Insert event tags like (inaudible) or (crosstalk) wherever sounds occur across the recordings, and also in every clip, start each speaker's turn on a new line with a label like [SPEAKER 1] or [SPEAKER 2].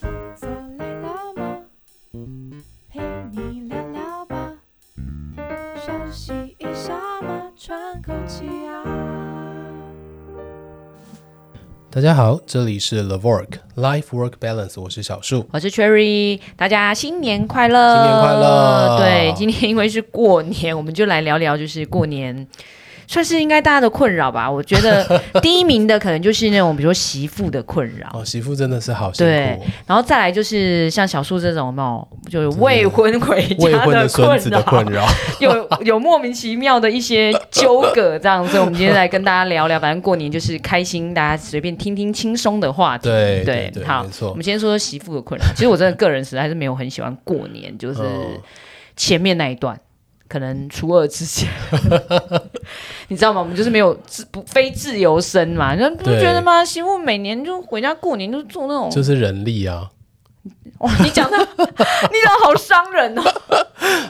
[SPEAKER 1] 坐累了吗？陪你聊聊吧，休息一下嘛，喘口气啊。
[SPEAKER 2] 大家好，这里是 The Work Life Work Balance，我是小树。
[SPEAKER 3] 我是 Cherry，大家新年快乐！
[SPEAKER 2] 新年快乐
[SPEAKER 3] 对，今天因为是过年，我们就来聊聊，就是过年算是应该大家的困扰吧。我觉
[SPEAKER 2] (laughs)
[SPEAKER 3] 得第一名的可能就是那种，比如说媳妇的困扰，
[SPEAKER 2] 哦，媳妇真的是好辛
[SPEAKER 3] 对
[SPEAKER 2] 苦，哦
[SPEAKER 3] 然后再来就是像小树这种，有没有就是未婚回
[SPEAKER 2] 未
[SPEAKER 3] 家
[SPEAKER 2] 婚的孙子的困
[SPEAKER 3] 扰，
[SPEAKER 2] 扰。 (laughs)
[SPEAKER 3] 有有莫名其妙的一些纠葛，这样。所以我们今天来跟大家聊聊，反正过年就是开心，大家随便听听轻松的话题。
[SPEAKER 2] 对对
[SPEAKER 3] 对
[SPEAKER 2] 对，
[SPEAKER 3] 好
[SPEAKER 2] 没
[SPEAKER 3] 我
[SPEAKER 2] 错
[SPEAKER 3] 们。先说说媳妇的困扰。其实我真的个人实在是没有很喜欢过年，
[SPEAKER 2] (laughs)
[SPEAKER 3] 就是
[SPEAKER 2] 嗯
[SPEAKER 3] 前面那一段，可能初二之前， (laughs) 你知道吗？我们就是没有自不非自由身嘛，你不
[SPEAKER 2] 对
[SPEAKER 3] 觉得吗？媳妇每年就回家过年就做那种，
[SPEAKER 2] 就是人力啊，
[SPEAKER 3] 哇，你讲的 (laughs) 你讲的好伤
[SPEAKER 2] (laughs)
[SPEAKER 3] 人哦。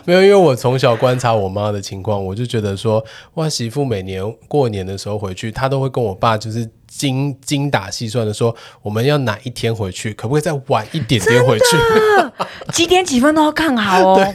[SPEAKER 2] 没有，因为我从小观察我妈的情况，我就觉得说，哇，媳妇每年过年的时候回去，她都会跟我爸就是精精打细算的说，我们要哪一天回去，可不可以再晚一点点回去？
[SPEAKER 3] 几点几分都要看
[SPEAKER 2] (laughs)
[SPEAKER 3] 好哦。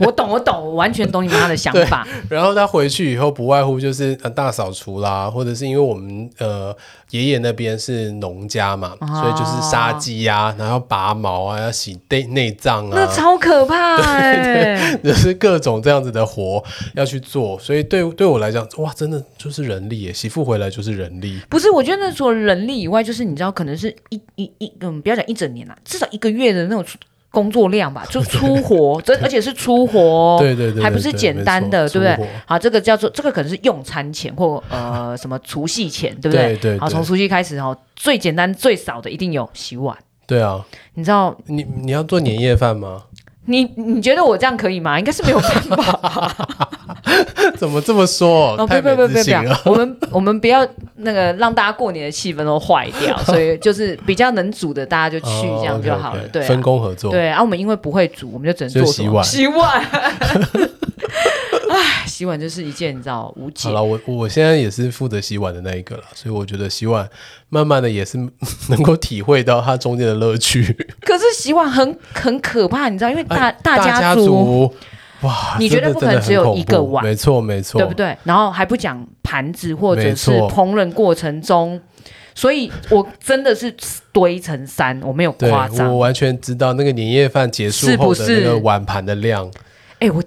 [SPEAKER 3] 我懂，我懂，我完全懂你妈的想法。
[SPEAKER 2] 然后他回去以后，不外乎就是呃大扫除啦，或者是因为我们呃爷爷那边是农家嘛，
[SPEAKER 3] 哦
[SPEAKER 2] 所以就是杀鸡啊，然后拔毛啊，要洗内内脏
[SPEAKER 3] 那
[SPEAKER 2] 啊，
[SPEAKER 3] 超可怕哎、
[SPEAKER 2] (laughs) 就是各种这样子的活要去做。所以对对我来讲，哇，真的就是人力耶，媳妇回来就是人力。
[SPEAKER 3] 不是，我觉得除了人力以外，就是你知道，可能是一一一，嗯，不要讲一整年啦，至少一个月的那种工作
[SPEAKER 2] (laughs)
[SPEAKER 3] 量吧，就出活，这而且是出活哦，
[SPEAKER 2] 对对对对
[SPEAKER 3] 还不是简单的，
[SPEAKER 2] 对
[SPEAKER 3] 对
[SPEAKER 2] 没
[SPEAKER 3] 不
[SPEAKER 2] 错
[SPEAKER 3] 对？好，这个叫做这个可能是用餐前或呃什么除夕前，对不
[SPEAKER 2] 对对
[SPEAKER 3] 好，
[SPEAKER 2] 对
[SPEAKER 3] 从除夕开始哦，最简单最少的一定有洗碗，
[SPEAKER 2] 对啊，
[SPEAKER 3] 你知道
[SPEAKER 2] 你你要做年夜饭吗？ (laughs)
[SPEAKER 3] 你你觉得我这样可以吗？应该是没有办法
[SPEAKER 2] 怎么这么说？
[SPEAKER 3] 哦，不
[SPEAKER 2] 太
[SPEAKER 3] 要不
[SPEAKER 2] 没
[SPEAKER 3] 要不要不
[SPEAKER 2] 自
[SPEAKER 3] 要
[SPEAKER 2] 信
[SPEAKER 3] 不
[SPEAKER 2] 了。
[SPEAKER 3] 要！我们我们不要那个让大家过年的气氛都坏掉，所以就是比较能煮的大家就去，这样就好了。
[SPEAKER 2] 哦，OK，OK，
[SPEAKER 3] 对啊，
[SPEAKER 2] 分工合作。
[SPEAKER 3] 对啊，我们因为不会煮，我们就只能
[SPEAKER 2] 就
[SPEAKER 3] 做
[SPEAKER 2] 洗
[SPEAKER 3] 什么
[SPEAKER 2] 碗
[SPEAKER 3] 洗碗。唉，洗碗就是一件你知道无解
[SPEAKER 2] 好。了，我我现在也是负责洗碗的那一个了，所以我觉得洗碗慢慢的也是 (laughs) 能够体会到它中间的乐趣。
[SPEAKER 3] 可是洗碗很很可怕，你知道，因为大、
[SPEAKER 2] 哎
[SPEAKER 3] 大
[SPEAKER 2] 家
[SPEAKER 3] 族
[SPEAKER 2] 族，哇，
[SPEAKER 3] 你
[SPEAKER 2] 真
[SPEAKER 3] 绝对
[SPEAKER 2] 的
[SPEAKER 3] 不
[SPEAKER 2] 真的
[SPEAKER 3] 可能只
[SPEAKER 2] 很
[SPEAKER 3] 有
[SPEAKER 2] 恐
[SPEAKER 3] 一个
[SPEAKER 2] 怖
[SPEAKER 3] 碗
[SPEAKER 2] 没错没错，
[SPEAKER 3] 对不？对？然后还不讲盘子或
[SPEAKER 2] 没
[SPEAKER 3] 者是
[SPEAKER 2] 错
[SPEAKER 3] 烹饪过程中，所以我真的是堆成山，我没有
[SPEAKER 2] 对
[SPEAKER 3] 夸，张
[SPEAKER 2] 我。完全知道那个年夜饭结束
[SPEAKER 3] 是不
[SPEAKER 2] 后的那
[SPEAKER 3] 是
[SPEAKER 2] 个碗盘的量，
[SPEAKER 3] 哎、我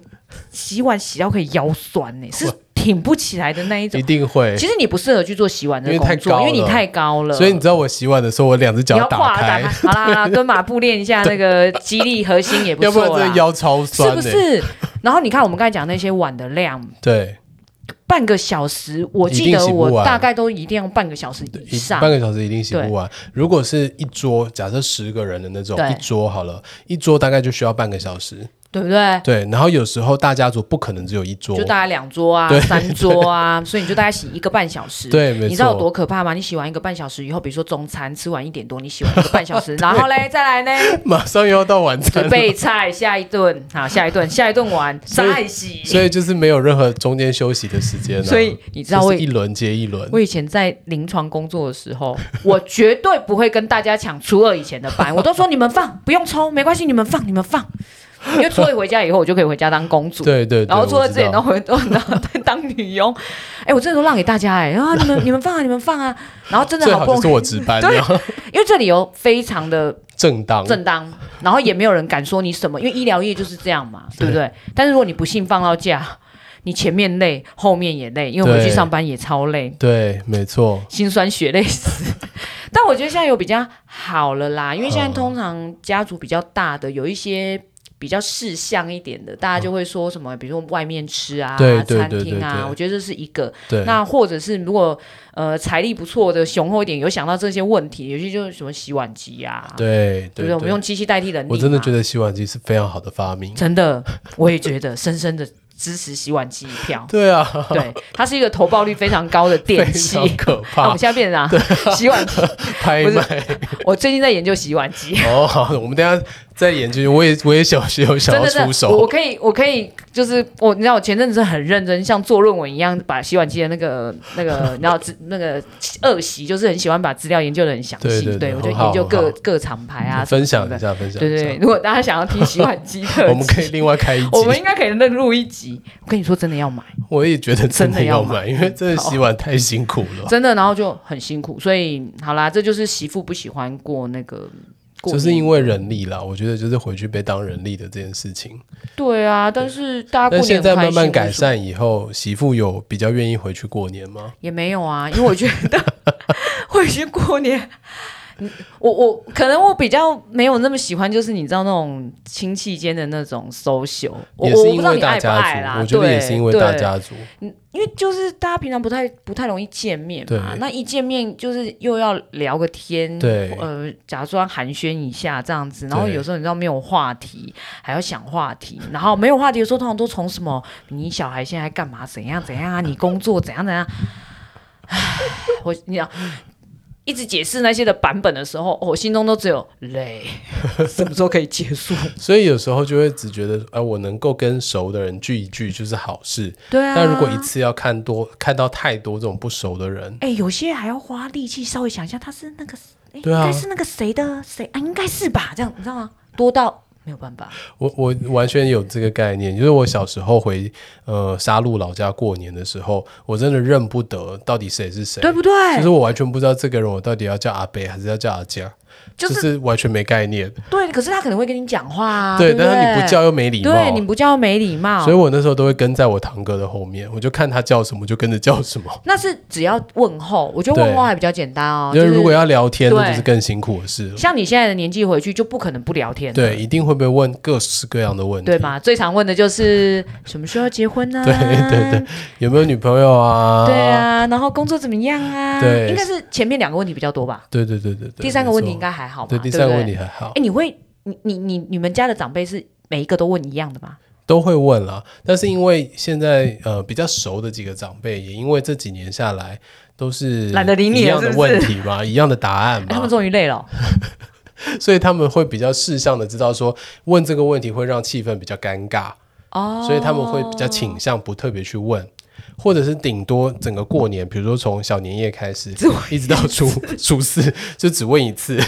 [SPEAKER 3] 洗碗洗到可以腰酸呢、是挺不起来的那一种
[SPEAKER 2] 一。定会。
[SPEAKER 3] 其实你不适合去做洗碗的
[SPEAKER 2] 因为太
[SPEAKER 3] 工作，
[SPEAKER 2] 高
[SPEAKER 3] 因为你
[SPEAKER 2] 了
[SPEAKER 3] 太高了。
[SPEAKER 2] 所以你知道我洗碗的时候，我两只
[SPEAKER 3] 你
[SPEAKER 2] 脚
[SPEAKER 3] 要跨
[SPEAKER 2] 开，
[SPEAKER 3] 开，好啦好啦，跟马步
[SPEAKER 2] (laughs)
[SPEAKER 3] 练一下那个肌力核心也不
[SPEAKER 2] 要不
[SPEAKER 3] 错
[SPEAKER 2] 然这
[SPEAKER 3] 啦
[SPEAKER 2] 个，腰超
[SPEAKER 3] 是
[SPEAKER 2] 酸
[SPEAKER 3] 不
[SPEAKER 2] 的、
[SPEAKER 3] 是？然后你看我们刚才讲那些碗的量，
[SPEAKER 2] 对，
[SPEAKER 3] 半个小时，我
[SPEAKER 2] 一
[SPEAKER 3] 记
[SPEAKER 2] 定
[SPEAKER 3] 得
[SPEAKER 2] 洗不
[SPEAKER 3] 我
[SPEAKER 2] 完
[SPEAKER 3] 大概都一定要半个小时以
[SPEAKER 2] 一
[SPEAKER 3] 上
[SPEAKER 2] 半。个小时一定洗
[SPEAKER 3] 对
[SPEAKER 2] 不完。如果是一桌，假设十个人的那种
[SPEAKER 3] 对
[SPEAKER 2] 一桌好了，一桌大概就需要半个小时。
[SPEAKER 3] 对不对？
[SPEAKER 2] 对，然后有时候大家族不可能只有一桌，
[SPEAKER 3] 就大概两桌啊
[SPEAKER 2] 对，
[SPEAKER 3] 三
[SPEAKER 2] (laughs)
[SPEAKER 3] 桌啊，所以你就大概洗一个半小时。
[SPEAKER 2] 对没错
[SPEAKER 3] 你知道有多可怕吗？你洗完一个半小时以后，比如说中餐吃完一点多，你洗完一个半小时，然 (laughs) 后嘞再来
[SPEAKER 2] (laughs)
[SPEAKER 3] 呢，
[SPEAKER 2] 马上又要到晚餐
[SPEAKER 3] 准
[SPEAKER 2] 了，
[SPEAKER 3] 备菜，下一顿，好，下一顿，下一顿完
[SPEAKER 2] 所以
[SPEAKER 3] 再洗。
[SPEAKER 2] 所以就是没有任何中间休息的时间、啊。
[SPEAKER 3] 所以你知道
[SPEAKER 2] 就是
[SPEAKER 3] 为
[SPEAKER 2] 一轮接一轮，
[SPEAKER 3] 我以前在临床工作的时候， (laughs) 我绝对不会跟大家抢初二以前的班，我都说你们放，不用抽，没关系，你们放，你们放。因为初二回家以后，我就可以回家当公主。
[SPEAKER 2] 对对对，
[SPEAKER 3] 然后初
[SPEAKER 2] 我
[SPEAKER 3] 二
[SPEAKER 2] 知
[SPEAKER 3] 之前
[SPEAKER 2] 道
[SPEAKER 3] 都回都然后当女佣，哎、我真的都让给大家哎、啊你们你们放啊你们放啊，然后真的
[SPEAKER 2] 最
[SPEAKER 3] 好
[SPEAKER 2] 好
[SPEAKER 3] 不
[SPEAKER 2] 就是
[SPEAKER 3] 容易，
[SPEAKER 2] 我值班，
[SPEAKER 3] (laughs) 对
[SPEAKER 2] 然后
[SPEAKER 3] 因为这里有非常的
[SPEAKER 2] 正当
[SPEAKER 3] 正当，然后也没有人敢说你什么，因为医疗业就是这样嘛，对不对？但是如果你不幸放到假，你前面累，后面也累，因为回去
[SPEAKER 2] 对
[SPEAKER 3] 上班也超累，
[SPEAKER 2] 对，没错，
[SPEAKER 3] 心酸血泪史。 (laughs) 但我觉得现在有比较好了啦，因为现在
[SPEAKER 2] 嗯
[SPEAKER 3] 通常家族比较大的，有一些比较事项一点的，大家就会说什么，比如说外面吃啊、
[SPEAKER 2] 对对对
[SPEAKER 3] 餐
[SPEAKER 2] 对
[SPEAKER 3] 厅啊
[SPEAKER 2] 对，
[SPEAKER 3] 我觉得这是一个。
[SPEAKER 2] 对，
[SPEAKER 3] 那或者是如果呃财力不错的、雄厚一点，有想到这些问题，有些就是什么洗碗机啊，
[SPEAKER 2] 对
[SPEAKER 3] 对不对？我们用机器代替人力嘛，
[SPEAKER 2] 我真的觉得洗碗机是非常好的发明。。
[SPEAKER 3] 真的，我也觉得深深的支持洗碗机一
[SPEAKER 2] (laughs)
[SPEAKER 3] 票
[SPEAKER 2] 对啊，
[SPEAKER 3] 对，它是一个投报率非常高的
[SPEAKER 2] 非
[SPEAKER 3] 电器。
[SPEAKER 2] 常
[SPEAKER 3] (laughs)
[SPEAKER 2] 可
[SPEAKER 3] 那我
[SPEAKER 2] 怕
[SPEAKER 3] 们，现
[SPEAKER 2] (laughs)
[SPEAKER 3] 在变成啊，洗碗机。
[SPEAKER 2] 拍
[SPEAKER 3] 不是
[SPEAKER 2] 卖。
[SPEAKER 3] 我最近在研究洗碗机，
[SPEAKER 2] 哦，好，我们等一下再研究，我也我也想 (laughs) 有想
[SPEAKER 3] 真
[SPEAKER 2] 要
[SPEAKER 3] 的
[SPEAKER 2] 出
[SPEAKER 3] 真的，我我
[SPEAKER 2] 手，
[SPEAKER 3] 可以，我可以，就是我，你知道，我前阵子很认真，像做论文一样，把洗碗机的那个、那个，你知道，资那个恶习，就是很喜欢把资料研究的很详细。
[SPEAKER 2] 对对对
[SPEAKER 3] 我就
[SPEAKER 2] 很好
[SPEAKER 3] 研究
[SPEAKER 2] 很
[SPEAKER 3] 各
[SPEAKER 2] 好
[SPEAKER 3] 各厂牌啊，
[SPEAKER 2] 分
[SPEAKER 3] 什么
[SPEAKER 2] 享
[SPEAKER 3] 什么
[SPEAKER 2] 一下，分
[SPEAKER 3] 的。
[SPEAKER 2] 享
[SPEAKER 3] 对
[SPEAKER 2] 一
[SPEAKER 3] 对
[SPEAKER 2] 下
[SPEAKER 3] 对，如果大家想要听洗碗机特
[SPEAKER 2] (laughs)
[SPEAKER 3] 辑，
[SPEAKER 2] 我们可以另外开一集，
[SPEAKER 3] (laughs) 我们应该可以另录一集。我跟你说，真的要买，
[SPEAKER 2] 我也觉得真的要买，
[SPEAKER 3] 真的要
[SPEAKER 2] 因
[SPEAKER 3] 买
[SPEAKER 2] 为真的洗碗太辛苦了。
[SPEAKER 3] 真的，然后就很辛苦。所以好啦，这就是媳妇不喜欢过那个过
[SPEAKER 2] 就
[SPEAKER 3] 年。
[SPEAKER 2] 是因为人力啦，我觉得就是回去被当人力的这件事情。
[SPEAKER 3] 对啊，但是大家过
[SPEAKER 2] 但
[SPEAKER 3] 年
[SPEAKER 2] 现在
[SPEAKER 3] 很开
[SPEAKER 2] 慢慢
[SPEAKER 3] 心
[SPEAKER 2] 改，
[SPEAKER 3] 为什么
[SPEAKER 2] 善以后，媳妇有比较愿意回去过年吗？
[SPEAKER 3] 也没有啊，因为我觉得 (laughs) 回去过年，嗯我我可能我比较没有那么喜欢，就是你知道那种亲戚间的那种 social，我
[SPEAKER 2] 也是
[SPEAKER 3] 我不
[SPEAKER 2] 因
[SPEAKER 3] 知道
[SPEAKER 2] 为
[SPEAKER 3] 你
[SPEAKER 2] 大
[SPEAKER 3] 爱不爱
[SPEAKER 2] 家
[SPEAKER 3] 啦，
[SPEAKER 2] 族，我觉得
[SPEAKER 3] 对
[SPEAKER 2] 也是因为大，
[SPEAKER 3] 对
[SPEAKER 2] 家族，
[SPEAKER 3] 因为就是大家平常不太不太容易见面嘛
[SPEAKER 2] 对，
[SPEAKER 3] 那一见面就是又要聊个天，
[SPEAKER 2] 对
[SPEAKER 3] 呃，假装寒暄一下这样子，然后
[SPEAKER 2] 对
[SPEAKER 3] 有时候你知道没有话题，还要想话题， (laughs) 然后没有话题的时候，通常都从什么你小孩现在干嘛，怎样怎样啊，你工作怎样怎样，唉，我你讲。一直解释那些的版本的时候，哦我心中都只有累，
[SPEAKER 2] (laughs)
[SPEAKER 3] 什么时候可以结束？
[SPEAKER 2] 所以有时候就会只觉得，哎、我能够跟熟的人聚一聚就是好事。
[SPEAKER 3] 对啊。
[SPEAKER 2] 但如果一次要看多看到太多这种不熟的人，
[SPEAKER 3] 哎、有些还要花力气稍微想一下，他是那个，哎、
[SPEAKER 2] 对啊
[SPEAKER 3] 应该是那个谁的谁啊，应该是吧？这样你知道吗？多到没有办法，
[SPEAKER 2] 我我完全有这个概念，就是我小时候回呃沙鹿老家过年的时候，我真的认不得到底谁是谁，
[SPEAKER 3] 对不对？
[SPEAKER 2] 就是我完全不知道这个人我到底要叫阿贝还是要叫阿佳，
[SPEAKER 3] 就
[SPEAKER 2] 就是是完全没概念。
[SPEAKER 3] 对，可是他可能会跟你讲话啊，
[SPEAKER 2] 对，
[SPEAKER 3] 不
[SPEAKER 2] 但是你不叫，又没礼貌。
[SPEAKER 3] 对，你不叫没礼貌
[SPEAKER 2] 所以。我那时候都会跟在我堂哥的后面，我就看他叫什么就跟着叫什么。
[SPEAKER 3] 那是只要问候，我觉得问
[SPEAKER 2] 对
[SPEAKER 3] 候还比较简单哦。
[SPEAKER 2] 因
[SPEAKER 3] 就
[SPEAKER 2] 为
[SPEAKER 3] 是
[SPEAKER 2] 如果要聊天，那就是
[SPEAKER 3] 对
[SPEAKER 2] 更辛苦的事了。
[SPEAKER 3] 像你现在的年纪回去，就不可能不聊天了，
[SPEAKER 2] 对，一定会被问各式各样的问题，
[SPEAKER 3] 对？吧？最常问的就是什么时候结婚呢、啊
[SPEAKER 2] (laughs) 对对对，有没有女朋友啊？
[SPEAKER 3] 对，啊，然后工作怎么样啊？
[SPEAKER 2] 对
[SPEAKER 3] 应该是前面两个问题比较多吧，
[SPEAKER 2] 对对对对对。
[SPEAKER 3] 第三个
[SPEAKER 2] 没
[SPEAKER 3] 问题
[SPEAKER 2] 错
[SPEAKER 3] 应该还好吧？
[SPEAKER 2] 对，第
[SPEAKER 3] 不
[SPEAKER 2] 三个问题还好
[SPEAKER 3] 哎、，你会，你你你你们家的长辈是每一个都问一样的吗？
[SPEAKER 2] 都会问啦。但是因为现在呃比较熟的几个长辈，也因为这几年下来都是
[SPEAKER 3] 懒得理你
[SPEAKER 2] 一
[SPEAKER 3] 了
[SPEAKER 2] 样的
[SPEAKER 3] 是不是
[SPEAKER 2] 问题嘛， (laughs) 一样的答案
[SPEAKER 3] 哎他
[SPEAKER 2] 嘛
[SPEAKER 3] 们，终于累了哦、
[SPEAKER 2] 所以他们会比较事项的知道说问这个问题会让气氛比较尴尬，
[SPEAKER 3] 哦，
[SPEAKER 2] 所以他们会比较倾向不特别去问。或者是顶多整个过年，比如说从小年夜开始
[SPEAKER 3] 只问，
[SPEAKER 2] 一直到初 (laughs) 初四，就只问一次，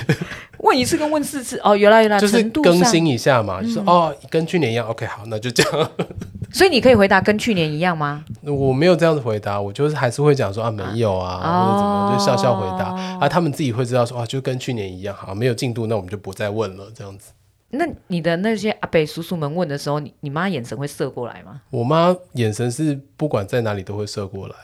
[SPEAKER 3] 问一次跟问四次哦，原来原来
[SPEAKER 2] 就是
[SPEAKER 3] 程度上嗯
[SPEAKER 2] 更新一下嘛，就是哦，跟去年一样，OK，好，那就这样。
[SPEAKER 3] 所以你可以回答跟去年一样吗？
[SPEAKER 2] 我没有这样子回答，我就是还是会讲说啊没有啊，或者怎么
[SPEAKER 3] 哦
[SPEAKER 2] 样，就笑笑回答、啊。他们自己会知道说啊，就跟去年一样，好没有进度，那我们就不再问了这样子。
[SPEAKER 3] 那你的那些阿伯叔叔们问的时候，你你妈眼神会射过来吗？ (laughs)
[SPEAKER 2] 我妈眼神是不管在哪里都会射过来，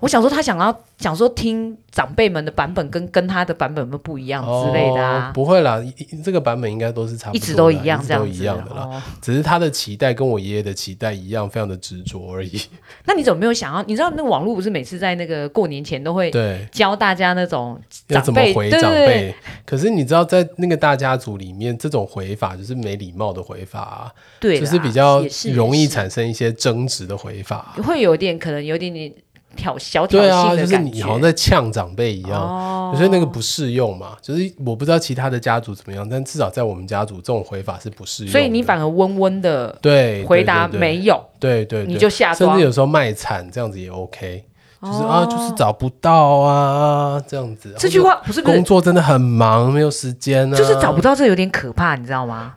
[SPEAKER 3] 我想说，她想要想说听长辈们的版本跟跟她的版本有没有不一样之类的啊
[SPEAKER 2] 哦，不会啦，一一这个版本应该都是差不多的啦，
[SPEAKER 3] 一直都一样
[SPEAKER 2] 一
[SPEAKER 3] 这
[SPEAKER 2] 直都
[SPEAKER 3] 样
[SPEAKER 2] 一
[SPEAKER 3] 子
[SPEAKER 2] 样的啦。
[SPEAKER 3] 哦。
[SPEAKER 2] 只是她的期待跟我爷爷的期待一样，非常的执着而
[SPEAKER 3] (laughs)
[SPEAKER 2] 已。
[SPEAKER 3] 那你怎么没有想要？你知道那网络不是每次在那个过年前都会
[SPEAKER 2] 对，
[SPEAKER 3] 教大家那种
[SPEAKER 2] 要
[SPEAKER 3] 长
[SPEAKER 2] 怎么
[SPEAKER 3] 辈
[SPEAKER 2] 回
[SPEAKER 3] 对
[SPEAKER 2] 长
[SPEAKER 3] 对对
[SPEAKER 2] 辈？可是你知道，在那个大家族里面，这种回法就是没礼貌的回法、啊。
[SPEAKER 3] 对啦，
[SPEAKER 2] 就是比较
[SPEAKER 3] 也是
[SPEAKER 2] 容
[SPEAKER 3] 也
[SPEAKER 2] 易
[SPEAKER 3] 是
[SPEAKER 2] 产生一些争执的回法。
[SPEAKER 3] 会有点可能有点点挑小挑
[SPEAKER 2] 对啊，
[SPEAKER 3] 衅
[SPEAKER 2] 就
[SPEAKER 3] 的
[SPEAKER 2] 是
[SPEAKER 3] 感觉，
[SPEAKER 2] 你好像在呛长辈一样，
[SPEAKER 3] 哦
[SPEAKER 2] 所以那个不适用嘛。就是我不知道其他的家族怎么样，但至少在我们家族这种回法是不适用的。
[SPEAKER 3] 所以你反而温温的
[SPEAKER 2] 对
[SPEAKER 3] 回答
[SPEAKER 2] 对对
[SPEAKER 3] 没有，
[SPEAKER 2] 对对对，
[SPEAKER 3] 你就下
[SPEAKER 2] 甚
[SPEAKER 3] 装
[SPEAKER 2] 至有时候卖惨这样子也 OK，就是、啊，
[SPEAKER 3] 哦
[SPEAKER 2] 就是找不到啊这样子。
[SPEAKER 3] 这句话不是
[SPEAKER 2] 或者
[SPEAKER 3] 不
[SPEAKER 2] 工
[SPEAKER 3] 是，
[SPEAKER 2] 作真的很忙，没有时间啊，
[SPEAKER 3] 就是找不到这有点可怕，你知道吗？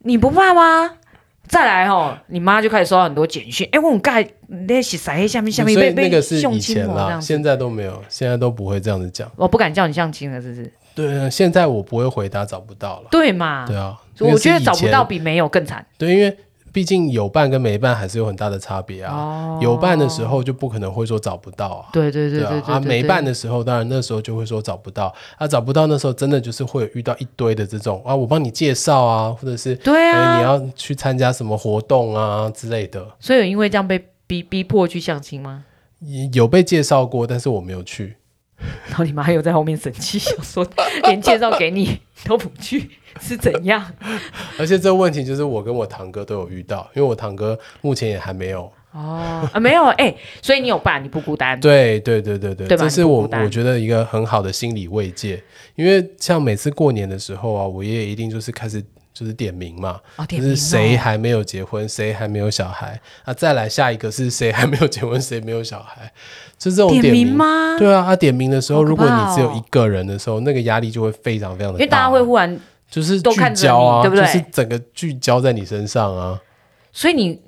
[SPEAKER 3] 你不怕吗？再来哦，你妈就开始收到很多简讯，哎，我盖那些谁下面下面
[SPEAKER 2] 所
[SPEAKER 3] 被
[SPEAKER 2] 以那
[SPEAKER 3] 被
[SPEAKER 2] 个是以
[SPEAKER 3] 性侵
[SPEAKER 2] 前
[SPEAKER 3] 我这
[SPEAKER 2] 啦，
[SPEAKER 3] 样
[SPEAKER 2] 现
[SPEAKER 3] 子，
[SPEAKER 2] 在都没有，现在都不会这样子讲。
[SPEAKER 3] 我不敢叫你相亲了，是不是？
[SPEAKER 2] 对，现在我不会回答找不到了。
[SPEAKER 3] 对嘛？
[SPEAKER 2] 对啊，
[SPEAKER 3] 所以
[SPEAKER 2] 那
[SPEAKER 3] 我
[SPEAKER 2] 个是
[SPEAKER 3] 觉得
[SPEAKER 2] 以
[SPEAKER 3] 找不
[SPEAKER 2] 前
[SPEAKER 3] 到比没有更惨
[SPEAKER 2] 对，因为毕竟有伴跟没伴还是有很大的差别啊。
[SPEAKER 3] 哦
[SPEAKER 2] 有伴的时，候就不可能会说找不到啊。
[SPEAKER 3] 对对对对
[SPEAKER 2] 啊
[SPEAKER 3] 对
[SPEAKER 2] 啊，
[SPEAKER 3] 对
[SPEAKER 2] 没
[SPEAKER 3] 对
[SPEAKER 2] 伴的时候，当然那时候就会说找不到啊，找不到那时候真的就是会有遇到一堆的这种啊，我帮你介绍啊，或者是
[SPEAKER 3] 对
[SPEAKER 2] 哎
[SPEAKER 3] 啊，
[SPEAKER 2] 你要去参加什么活动啊之类的，
[SPEAKER 3] 所以有因为这样被逼逼迫去相亲吗？
[SPEAKER 2] 也有被介绍过，但是我没有去。
[SPEAKER 3] (laughs) 然后你妈又在后面生 (laughs) 气，想说连介绍给你都不去 (laughs) 是怎样？
[SPEAKER 2] 而且这个问题就是我跟我堂哥都有遇到，因为我堂哥目前也还没有。
[SPEAKER 3] 哦，啊没有哎、所以你有伴，你不孤单。
[SPEAKER 2] 对对对对对，
[SPEAKER 3] 对吧
[SPEAKER 2] 这是
[SPEAKER 3] 你不
[SPEAKER 2] 我
[SPEAKER 3] 孤单
[SPEAKER 2] 我觉得一个很好的心理慰藉，因为像每次过年的时候啊，我爷爷一定就是开始就是点名嘛，
[SPEAKER 3] 哦
[SPEAKER 2] 就
[SPEAKER 3] 点名
[SPEAKER 2] 是
[SPEAKER 3] 哦
[SPEAKER 2] 谁还没有结婚，谁还没有小孩啊？再来下一个是谁还没有结婚，谁没有小孩？就这种
[SPEAKER 3] 点
[SPEAKER 2] 名
[SPEAKER 3] 名吗
[SPEAKER 2] 对啊，啊点名的时候，
[SPEAKER 3] 好可
[SPEAKER 2] 如果
[SPEAKER 3] 怕
[SPEAKER 2] 你只有
[SPEAKER 3] 哦
[SPEAKER 2] 一个人的时候，那个压力就会非常非常的大，
[SPEAKER 3] 因为大家会忽然，
[SPEAKER 2] 就是
[SPEAKER 3] 都
[SPEAKER 2] 聚
[SPEAKER 3] 看着
[SPEAKER 2] 焦啊，
[SPEAKER 3] 你对不对
[SPEAKER 2] 就是整个聚焦在你身上啊。
[SPEAKER 3] 所以你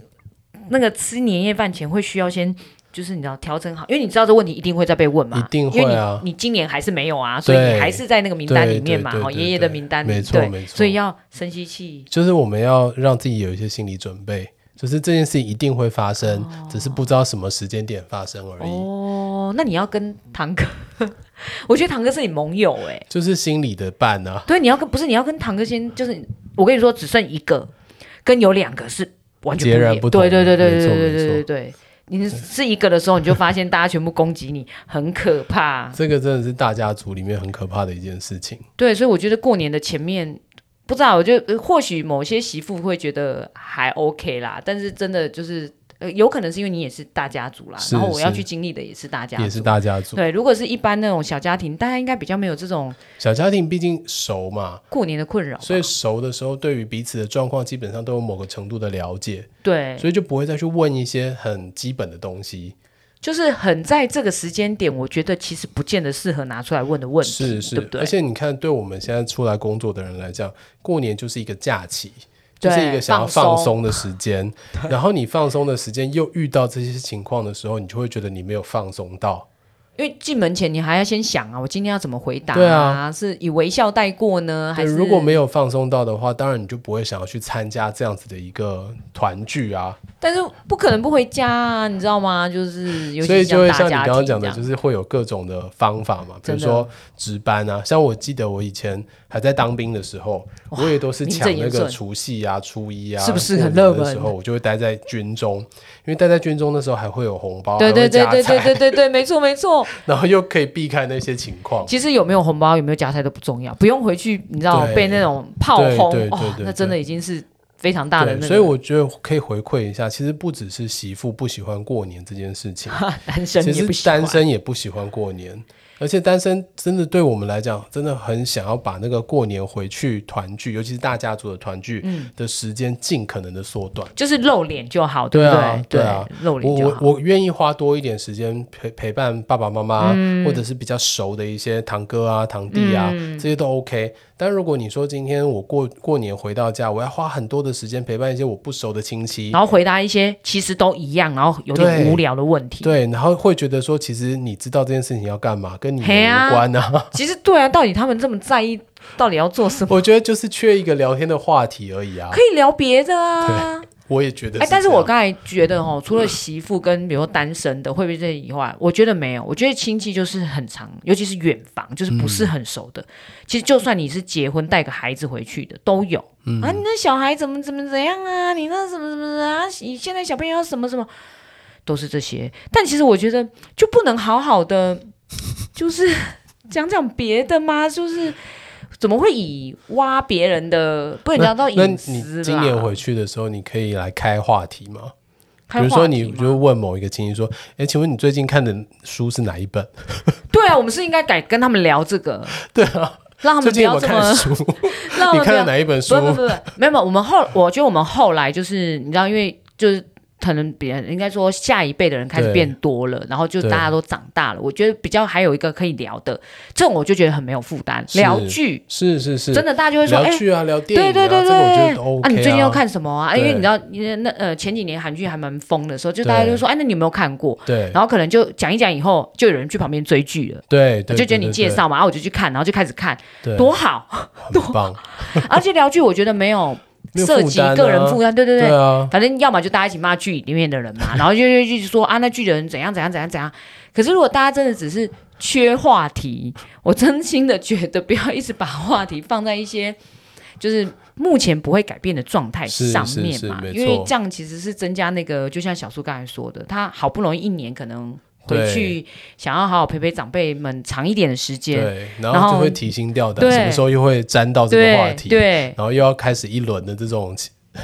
[SPEAKER 3] 那个吃年夜饭前会需要先。就是你知道调整好，因为你知道这问题一定会再被问嘛，
[SPEAKER 2] 一定会
[SPEAKER 3] 因为
[SPEAKER 2] 啊
[SPEAKER 3] 你你今年还是没有啊，所以
[SPEAKER 2] 对
[SPEAKER 3] 你还是在那个名单里面嘛，
[SPEAKER 2] 对对
[SPEAKER 3] 哦，
[SPEAKER 2] 对对
[SPEAKER 3] 爷爷的名单里，
[SPEAKER 2] 没错
[SPEAKER 3] 对
[SPEAKER 2] 没错
[SPEAKER 3] 所以要深吸气，
[SPEAKER 2] 就是我们要让自己有一些心理准备，就是这件事情一定会发生，只是不知道什么时间点发生而已。
[SPEAKER 3] 哦，那你要跟堂哥， (laughs) 我觉得堂哥是你盟友哎、
[SPEAKER 2] 就是心理的伴啊，
[SPEAKER 3] 对，你要跟不是你要跟堂哥先，就是我跟你说，只剩一个，跟有两个是完全
[SPEAKER 2] 截然
[SPEAKER 3] 一样
[SPEAKER 2] 不同的
[SPEAKER 3] 对对对
[SPEAKER 2] 没
[SPEAKER 3] 对对
[SPEAKER 2] 错
[SPEAKER 3] 对
[SPEAKER 2] 没错
[SPEAKER 3] 对对对，你是一个的时候，你就发现大家全部攻击你，很可怕。
[SPEAKER 2] 这个真的是大家族里面很可怕的一件事情。
[SPEAKER 3] 对，所以我觉得过年的前面，不知道，我觉得呃或许某些媳妇会觉得还 OK 啦，但是真的就是。呃，有可能是因为你也是大家族啦，
[SPEAKER 2] 是
[SPEAKER 3] 然后我要
[SPEAKER 2] 是
[SPEAKER 3] 去经历的也是大家族，
[SPEAKER 2] 也是大家族，
[SPEAKER 3] 对。如果是一般那种小家庭，大家应该比较没有这种
[SPEAKER 2] 小家庭毕竟熟嘛，
[SPEAKER 3] 过年的困扰吧，
[SPEAKER 2] 所以熟的时候，对于彼此的状况基本上都有某个程度的了解，
[SPEAKER 3] 对，
[SPEAKER 2] 所以就不会再去问一些很基本的东西。
[SPEAKER 3] 就是很在这个时间点，我觉得其实不见得适合拿出来问的问题，
[SPEAKER 2] 是是，
[SPEAKER 3] 对不对？
[SPEAKER 2] 而且你看，对我们现在出来工作的人来讲，过年就是一个假期。就是一
[SPEAKER 3] 对
[SPEAKER 2] 个想要
[SPEAKER 3] 放
[SPEAKER 2] 放
[SPEAKER 3] 松
[SPEAKER 2] 松的时
[SPEAKER 3] (laughs)
[SPEAKER 2] 间，然后你放松的时间又遇到这些情况的时候，你就会觉得你没有放松到，
[SPEAKER 3] 因为进门前你还要先想啊，我今天要怎么回答
[SPEAKER 2] 对啊
[SPEAKER 3] 是以微笑带过呢，还
[SPEAKER 2] 对，
[SPEAKER 3] 是
[SPEAKER 2] 如果没有放松到的话，当然你就不会想要去参加这样子的一个团聚啊，
[SPEAKER 3] 但是不可能不回家啊，你知道吗？就是尤
[SPEAKER 2] 所以
[SPEAKER 3] 其
[SPEAKER 2] 就会
[SPEAKER 3] 大
[SPEAKER 2] 像你
[SPEAKER 3] 家
[SPEAKER 2] 刚
[SPEAKER 3] 庭
[SPEAKER 2] 刚
[SPEAKER 3] 这
[SPEAKER 2] 讲
[SPEAKER 3] 样
[SPEAKER 2] 的，就是会有各种的方法嘛，比
[SPEAKER 3] 真
[SPEAKER 2] 如
[SPEAKER 3] 的
[SPEAKER 2] 说值班啊，像我记得我以前还在当兵的时候，我也都是
[SPEAKER 3] 名
[SPEAKER 2] 抢
[SPEAKER 3] 正言
[SPEAKER 2] 那个
[SPEAKER 3] 顺
[SPEAKER 2] 除夕啊、初一啊，
[SPEAKER 3] 是不是
[SPEAKER 2] 过
[SPEAKER 3] 很
[SPEAKER 2] 年
[SPEAKER 3] 热
[SPEAKER 2] 的时
[SPEAKER 3] 门
[SPEAKER 2] 候我就会待在军中，因为待在军中的时候还会有红包，还
[SPEAKER 3] 对
[SPEAKER 2] 哦会
[SPEAKER 3] 对对
[SPEAKER 2] 加
[SPEAKER 3] 对对
[SPEAKER 2] 菜
[SPEAKER 3] 对对对，没错没错。
[SPEAKER 2] (laughs) 然后又可以避开那些情况。
[SPEAKER 3] 其实有没有红包，有没有加菜都不重要，不用回去，你知道
[SPEAKER 2] 对
[SPEAKER 3] 被那种炮
[SPEAKER 2] 对
[SPEAKER 3] 轰
[SPEAKER 2] 对对
[SPEAKER 3] 哦，
[SPEAKER 2] 对对
[SPEAKER 3] 那真的已经是非常大的
[SPEAKER 2] 对
[SPEAKER 3] 那，个。
[SPEAKER 2] 所以我觉得可以回馈一下，其实不只是媳妇不喜欢过年这件事情，
[SPEAKER 3] 单身
[SPEAKER 2] 其
[SPEAKER 3] 也不
[SPEAKER 2] 实
[SPEAKER 3] 喜欢
[SPEAKER 2] 单身也不喜欢过年，而且单身真的对我们来讲，真的很想要把那个过年回去团聚，尤其是大家族的团聚
[SPEAKER 3] 嗯
[SPEAKER 2] 的时间尽可能的缩短。
[SPEAKER 3] 就是露脸就好，
[SPEAKER 2] 对
[SPEAKER 3] 不
[SPEAKER 2] 啊
[SPEAKER 3] 对？
[SPEAKER 2] 对啊
[SPEAKER 3] 露
[SPEAKER 2] 我
[SPEAKER 3] 脸就
[SPEAKER 2] 我
[SPEAKER 3] 好。
[SPEAKER 2] 我愿意花多一点时间陪陪伴爸爸妈妈，
[SPEAKER 3] 嗯
[SPEAKER 2] 或者是比较熟的一些堂哥啊、堂弟啊，这些都 OK。但如果你说今天我过过年回到家，我要花很多的时间陪伴一些我不熟的亲戚，
[SPEAKER 3] 然后回答一些其实都一样，然后有点
[SPEAKER 2] 对
[SPEAKER 3] 无聊的问题。，
[SPEAKER 2] 对，然后会觉得说，其实你知道这件事情要干嘛，跟你
[SPEAKER 3] 嘿
[SPEAKER 2] 也
[SPEAKER 3] 啊
[SPEAKER 2] 无关啊。
[SPEAKER 3] 其实对啊，到底他们这么在意，到底要做 (laughs) 什么？
[SPEAKER 2] 我觉得就是缺一个聊天的话题而已啊
[SPEAKER 3] 可。以聊别的啊。
[SPEAKER 2] 我也觉得
[SPEAKER 3] 哎，但是
[SPEAKER 2] 这样嗯
[SPEAKER 3] 我刚才觉得哦，除了媳妇跟比如说单身的会不会这以外，我觉得没有。我觉得亲戚就是很长，尤其是远房，就是不
[SPEAKER 2] 嗯
[SPEAKER 3] 是很熟的。其实就算你是结婚带个孩子回去的，都有、
[SPEAKER 2] 嗯
[SPEAKER 3] 啊。你那小孩怎么怎么怎样啊？你那什么什么啊？你现在小朋友要什么什么，都是这些。但其实我觉得就不能好好的，就是 (laughs) 讲讲别的吗？就是。怎么会以挖别人的，不能聊到
[SPEAKER 2] 那
[SPEAKER 3] 隐私
[SPEAKER 2] 你
[SPEAKER 3] 啦
[SPEAKER 2] 今年回去的时候，你可以来开话题吗？
[SPEAKER 3] 开
[SPEAKER 2] 比如
[SPEAKER 3] 话
[SPEAKER 2] 说，
[SPEAKER 3] 题
[SPEAKER 2] 你
[SPEAKER 3] 吗
[SPEAKER 2] 就问某一个亲戚说：“哎，请问你最近看的书是哪一本
[SPEAKER 3] 对啊，我们是应该改跟他们聊这个，？”
[SPEAKER 2] 对啊，
[SPEAKER 3] 让他
[SPEAKER 2] 最
[SPEAKER 3] 们不
[SPEAKER 2] 近有没
[SPEAKER 3] 要
[SPEAKER 2] 有
[SPEAKER 3] 这
[SPEAKER 2] 看
[SPEAKER 3] 么，
[SPEAKER 2] 书？(laughs)
[SPEAKER 3] (laughs) 让他
[SPEAKER 2] 你
[SPEAKER 3] 们不
[SPEAKER 2] 看了
[SPEAKER 3] 要。
[SPEAKER 2] 哪一本书
[SPEAKER 3] 不？不不不，没有没有，我们后我觉得我们后来就是你知道，因为就是可能别人应该说下一辈的人开始
[SPEAKER 2] 对
[SPEAKER 3] 变多了，然后就
[SPEAKER 2] 对
[SPEAKER 3] 大家都长大了，我觉得比较还有一个可以聊的，这种我就觉得很没有负担。
[SPEAKER 2] 是
[SPEAKER 3] 聊剧
[SPEAKER 2] 是是是，
[SPEAKER 3] 真的大家就会说，哎
[SPEAKER 2] 聊。剧啊，聊电影
[SPEAKER 3] 对
[SPEAKER 2] 啊，
[SPEAKER 3] 对对
[SPEAKER 2] 这个我觉
[SPEAKER 3] 对
[SPEAKER 2] 得都 OK
[SPEAKER 3] 啊，你最近要？看什么啊？因为
[SPEAKER 2] 对
[SPEAKER 3] 你知道，那呃前几年韩剧还蛮疯的时候，就大家就说，哎，那你有没有看过？
[SPEAKER 2] 对
[SPEAKER 3] 然后可能就讲一讲以后，就有人去旁边追剧了，
[SPEAKER 2] 对对，
[SPEAKER 3] 就觉得你
[SPEAKER 2] 对
[SPEAKER 3] 介，绍嘛，然后我就去看，然后就开始看，
[SPEAKER 2] 对对
[SPEAKER 3] 多好！
[SPEAKER 2] 很
[SPEAKER 3] (laughs)
[SPEAKER 2] 棒，
[SPEAKER 3] 而且聊剧，我觉得没有
[SPEAKER 2] (laughs) 没有
[SPEAKER 3] 涉
[SPEAKER 2] 负
[SPEAKER 3] 及
[SPEAKER 2] 担
[SPEAKER 3] 个人
[SPEAKER 2] 啊
[SPEAKER 3] 负担，对对对，
[SPEAKER 2] 对啊，
[SPEAKER 3] 反正要么就大家一起骂剧里面的人嘛，然后就就就说啊，那剧的人怎样怎样怎样怎样。可是如果大家真的只是缺话题，我真心的觉得不要一直把话题放在一些就是目前不会改变的状态
[SPEAKER 2] 是
[SPEAKER 3] 上
[SPEAKER 2] 是
[SPEAKER 3] 面
[SPEAKER 2] 是
[SPEAKER 3] 嘛，
[SPEAKER 2] 没
[SPEAKER 3] 因为
[SPEAKER 2] 错
[SPEAKER 3] 这样其实是增加那个，就像小苏刚才说的，他好不容易一年可能。回
[SPEAKER 2] 对
[SPEAKER 3] 去想要好好陪陪长辈们长一点的时间，
[SPEAKER 2] 对，然
[SPEAKER 3] 然
[SPEAKER 2] 后
[SPEAKER 3] 后
[SPEAKER 2] 就会提心吊胆，
[SPEAKER 3] 对
[SPEAKER 2] 什么时候又会沾到这个话
[SPEAKER 3] 对
[SPEAKER 2] 题，
[SPEAKER 3] 对
[SPEAKER 2] 然后又要开始一轮的这种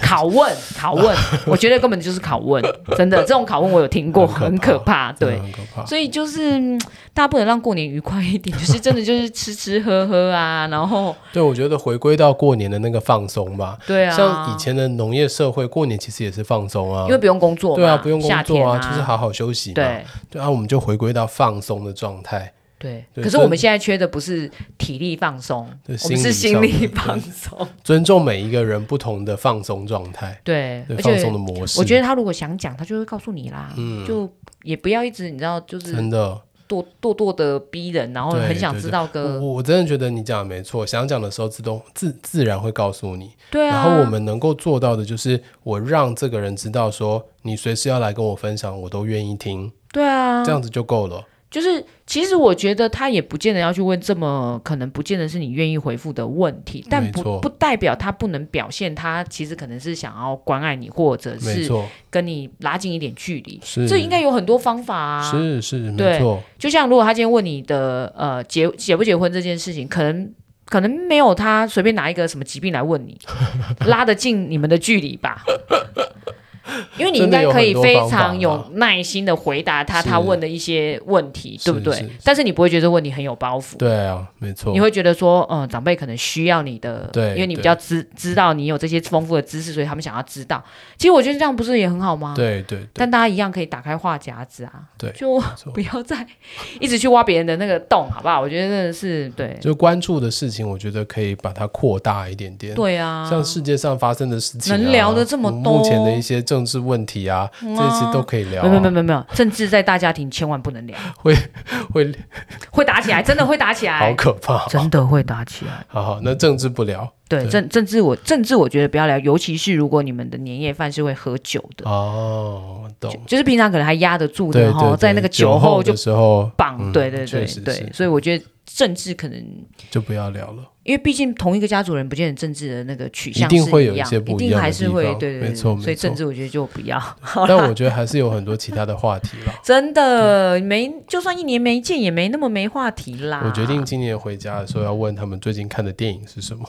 [SPEAKER 3] 拷问，拷
[SPEAKER 2] (laughs)
[SPEAKER 3] 问，我觉得根本就是拷问，真的，这种拷问我有听过，很
[SPEAKER 2] 很
[SPEAKER 3] 可
[SPEAKER 2] 可
[SPEAKER 3] 怕，
[SPEAKER 2] 真
[SPEAKER 3] 对
[SPEAKER 2] 的。很可怕。
[SPEAKER 3] 所以就是嗯大家不能让过年愉快一点，就是真的就是吃吃喝喝啊，然后
[SPEAKER 2] 对，我觉得回归到过年的那个放松吧，
[SPEAKER 3] 对啊，
[SPEAKER 2] 像以前的农业社会，过年其实也是放松啊
[SPEAKER 3] 因为，不用工作嘛，
[SPEAKER 2] 对啊，不用工
[SPEAKER 3] 夏
[SPEAKER 2] 作
[SPEAKER 3] 天
[SPEAKER 2] 啊，
[SPEAKER 3] 啊，
[SPEAKER 2] 就是好好休息嘛。
[SPEAKER 3] 对
[SPEAKER 2] 对啊，我们就回归到放松的状态。
[SPEAKER 3] 对。
[SPEAKER 2] 对
[SPEAKER 3] 可是我们现在缺的不是体力放松，
[SPEAKER 2] 对
[SPEAKER 3] 我们是心
[SPEAKER 2] 心
[SPEAKER 3] 理
[SPEAKER 2] 理
[SPEAKER 3] 放
[SPEAKER 2] 上的
[SPEAKER 3] 松，
[SPEAKER 2] 尊重每一个人不同的放松状态，
[SPEAKER 3] 对，
[SPEAKER 2] 对
[SPEAKER 3] 而
[SPEAKER 2] 放松的
[SPEAKER 3] 且
[SPEAKER 2] 模式。
[SPEAKER 3] 我觉得他如果想讲，他就会告诉你啦，就也不要一直你知道就是
[SPEAKER 2] 真的，
[SPEAKER 3] 咄咄咄的逼人，然后
[SPEAKER 2] 对
[SPEAKER 3] 很想
[SPEAKER 2] 对
[SPEAKER 3] 知
[SPEAKER 2] 对
[SPEAKER 3] 道
[SPEAKER 2] 我
[SPEAKER 3] 个
[SPEAKER 2] 我真的觉得你讲的没错，想讲的时候自动自自然会告诉你。
[SPEAKER 3] 对啊，
[SPEAKER 2] 然后我们能够做到的就是，我让这个人知道说，你随时要来跟我分享，我都愿意听，
[SPEAKER 3] 对啊
[SPEAKER 2] 这，样子就够了。
[SPEAKER 3] 就是其实我觉得他也不见得要去问这么可能不见得是你愿意回复的问题，但
[SPEAKER 2] 没
[SPEAKER 3] 不
[SPEAKER 2] 错
[SPEAKER 3] 不代表他不能表现他其实可能是想要关爱你，或者
[SPEAKER 2] 没
[SPEAKER 3] 是
[SPEAKER 2] 错，
[SPEAKER 3] 跟你拉近一点距离，
[SPEAKER 2] 是
[SPEAKER 3] 这应该有很多方法啊。
[SPEAKER 2] 是是
[SPEAKER 3] 对
[SPEAKER 2] 没错，
[SPEAKER 3] 就像如果他今天问你的呃结结不结婚这件事情，可能可能没有他随便拿一个什么疾病来
[SPEAKER 2] (laughs)
[SPEAKER 3] 问你，拉得近你们的距离吧。因为你应该可以非常有耐心的回答他
[SPEAKER 2] 是
[SPEAKER 3] 他问的一些问题，对不对
[SPEAKER 2] 是是是
[SPEAKER 3] 但是你不会觉得这问题很有包袱，
[SPEAKER 2] 对啊，没错
[SPEAKER 3] 你。会觉得说，嗯、长辈可能需要你的，
[SPEAKER 2] 对
[SPEAKER 3] 因为你比
[SPEAKER 2] 对
[SPEAKER 3] 较知知道你有这些丰富的知识，所以他们想要知道。其实我觉得这样不是也很好吗？
[SPEAKER 2] 对对对，
[SPEAKER 3] 但大家一样可以打开话匣子啊，
[SPEAKER 2] 对
[SPEAKER 3] 就
[SPEAKER 2] 错
[SPEAKER 3] (laughs) 不要再一直去挖别人的那个洞，好不好？我觉得真的是对，
[SPEAKER 2] 就关注的事情，我觉得可以把它扩大一点点。
[SPEAKER 3] 对啊，
[SPEAKER 2] 像世界上发生的事情、啊，
[SPEAKER 3] 能聊得这么
[SPEAKER 2] 我们目前的
[SPEAKER 3] 多
[SPEAKER 2] 一些政治问题啊，
[SPEAKER 3] 嗯
[SPEAKER 2] 这
[SPEAKER 3] 啊
[SPEAKER 2] 些都可以聊、
[SPEAKER 3] 没有
[SPEAKER 2] 啊
[SPEAKER 3] 没有，没有没有，政治在大家庭千万不能聊，
[SPEAKER 2] 会
[SPEAKER 3] 会打起来，真的会打起
[SPEAKER 2] 好
[SPEAKER 3] 来，
[SPEAKER 2] 可怕。
[SPEAKER 3] (laughs) 真的会打起来。
[SPEAKER 2] 好好，那政治不聊
[SPEAKER 3] 对
[SPEAKER 2] 对
[SPEAKER 3] 政政治我政治我觉得不要聊，尤其是如果你们的年夜饭是会喝酒的，
[SPEAKER 2] 哦，懂。
[SPEAKER 3] 就是平常可能还压得住
[SPEAKER 2] 对
[SPEAKER 3] 的
[SPEAKER 2] 对
[SPEAKER 3] 哈，
[SPEAKER 2] 对，
[SPEAKER 3] 在那个
[SPEAKER 2] 酒
[SPEAKER 3] 后就
[SPEAKER 2] 的时候
[SPEAKER 3] 绑，
[SPEAKER 2] 嗯
[SPEAKER 3] 对对对
[SPEAKER 2] 确实
[SPEAKER 3] 对
[SPEAKER 2] 是，
[SPEAKER 3] 所以我觉得政治可能
[SPEAKER 2] 就不要聊了，
[SPEAKER 3] 因为毕竟同一个家族人，不见得政治的那个取
[SPEAKER 2] 一
[SPEAKER 3] 向
[SPEAKER 2] 定
[SPEAKER 3] 是
[SPEAKER 2] 会
[SPEAKER 3] 一
[SPEAKER 2] 有一
[SPEAKER 3] 样
[SPEAKER 2] 些不一
[SPEAKER 3] 定
[SPEAKER 2] 样的
[SPEAKER 3] 还是
[SPEAKER 2] 地
[SPEAKER 3] 会
[SPEAKER 2] 方
[SPEAKER 3] 对对
[SPEAKER 2] 没
[SPEAKER 3] 对，
[SPEAKER 2] 错
[SPEAKER 3] 所以
[SPEAKER 2] 没
[SPEAKER 3] 政
[SPEAKER 2] 错
[SPEAKER 3] 治我觉得就不要， (laughs)
[SPEAKER 2] 但我觉得还是有很多其他的话题啦。
[SPEAKER 3] 真的没就算一年没见也没那么没话题啦。
[SPEAKER 2] 我决定今年回家的时候要问他们最近看的电影是什么。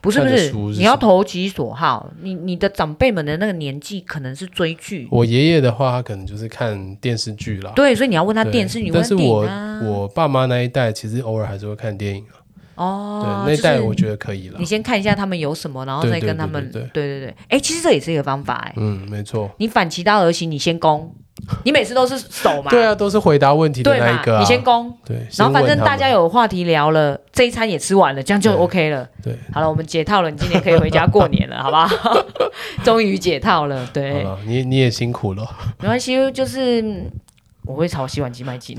[SPEAKER 3] 不是不
[SPEAKER 2] 看的
[SPEAKER 3] 是，
[SPEAKER 2] 书是
[SPEAKER 3] 你要
[SPEAKER 2] 什么
[SPEAKER 3] 投其所好，你你的长辈们的那个年纪可能是追剧，
[SPEAKER 2] 我爷爷的话，他可能就是看电视剧啦。
[SPEAKER 3] 对，所以你要问他
[SPEAKER 2] 对
[SPEAKER 3] 电视，你问
[SPEAKER 2] 但
[SPEAKER 3] 他
[SPEAKER 2] 是
[SPEAKER 3] 电
[SPEAKER 2] 我
[SPEAKER 3] 影啊，
[SPEAKER 2] 我爸妈那一代其实偶尔还是会看电影啊。
[SPEAKER 3] 哦，
[SPEAKER 2] 对，那一代
[SPEAKER 3] 就是
[SPEAKER 2] 我觉得可以了
[SPEAKER 3] 你。先看一下他们有什么，然后
[SPEAKER 2] 对
[SPEAKER 3] 再
[SPEAKER 2] 对
[SPEAKER 3] 跟他
[SPEAKER 2] 对对
[SPEAKER 3] 们，
[SPEAKER 2] 对
[SPEAKER 3] 对对，哎，其实这也是一个方法哎，
[SPEAKER 2] 嗯，没错。
[SPEAKER 3] 你反其道而行，你先攻，你每次都是手嘛，
[SPEAKER 2] 对啊，都是回答问题的
[SPEAKER 3] 对
[SPEAKER 2] 那
[SPEAKER 3] 嘛
[SPEAKER 2] 一个、，啊。
[SPEAKER 3] 你先攻。
[SPEAKER 2] 对，
[SPEAKER 3] 然后反正大家
[SPEAKER 2] 有
[SPEAKER 3] 有话题聊了，这一餐也吃完了，这样就
[SPEAKER 2] 对
[SPEAKER 3] OK 了。
[SPEAKER 2] 对，
[SPEAKER 3] 好了，我们解套了，你今年可以回家过年
[SPEAKER 2] (laughs)
[SPEAKER 3] 了，好不 (laughs) 好？终于解套了，
[SPEAKER 2] 好
[SPEAKER 3] 对，
[SPEAKER 2] 了，你你也辛苦了， (laughs)
[SPEAKER 3] 没关系，就是嗯我会朝洗碗机迈进。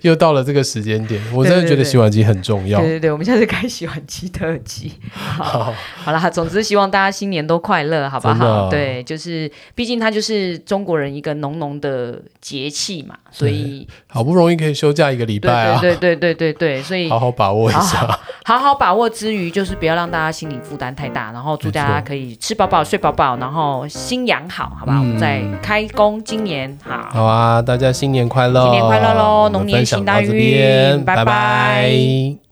[SPEAKER 2] 又到了这个时间点，我
[SPEAKER 3] 对
[SPEAKER 2] 真的
[SPEAKER 3] 对
[SPEAKER 2] 觉得
[SPEAKER 3] 对
[SPEAKER 2] 洗碗机很重要
[SPEAKER 3] 对。对对，我们下次开洗碗机特辑。
[SPEAKER 2] 好，
[SPEAKER 3] 好啦，总之希望大家新年都快乐，好不
[SPEAKER 2] 真的
[SPEAKER 3] 好？
[SPEAKER 2] 啊
[SPEAKER 3] 对，就是毕竟它就是中国人一个浓浓的节气嘛，所以
[SPEAKER 2] 好不容易可以休假一个礼
[SPEAKER 3] 对
[SPEAKER 2] 拜啊，
[SPEAKER 3] 对对对对对对，所以
[SPEAKER 2] 好好把握一下。
[SPEAKER 3] 好好把握之余，就是不要让大家心理负担太大，然后祝大家
[SPEAKER 2] 没错
[SPEAKER 3] 可以吃饱饱、睡饱饱，然后心养好，好吧？
[SPEAKER 2] 嗯
[SPEAKER 3] 我们再开工，今年好。
[SPEAKER 2] 好啊，大家新年快乐，
[SPEAKER 3] 新年快乐
[SPEAKER 2] 我
[SPEAKER 3] 喽
[SPEAKER 2] 们
[SPEAKER 3] 龙年
[SPEAKER 2] 分享
[SPEAKER 3] 行大
[SPEAKER 2] 到这
[SPEAKER 3] 运
[SPEAKER 2] 边
[SPEAKER 3] 拜
[SPEAKER 2] 拜
[SPEAKER 3] 拜
[SPEAKER 2] 拜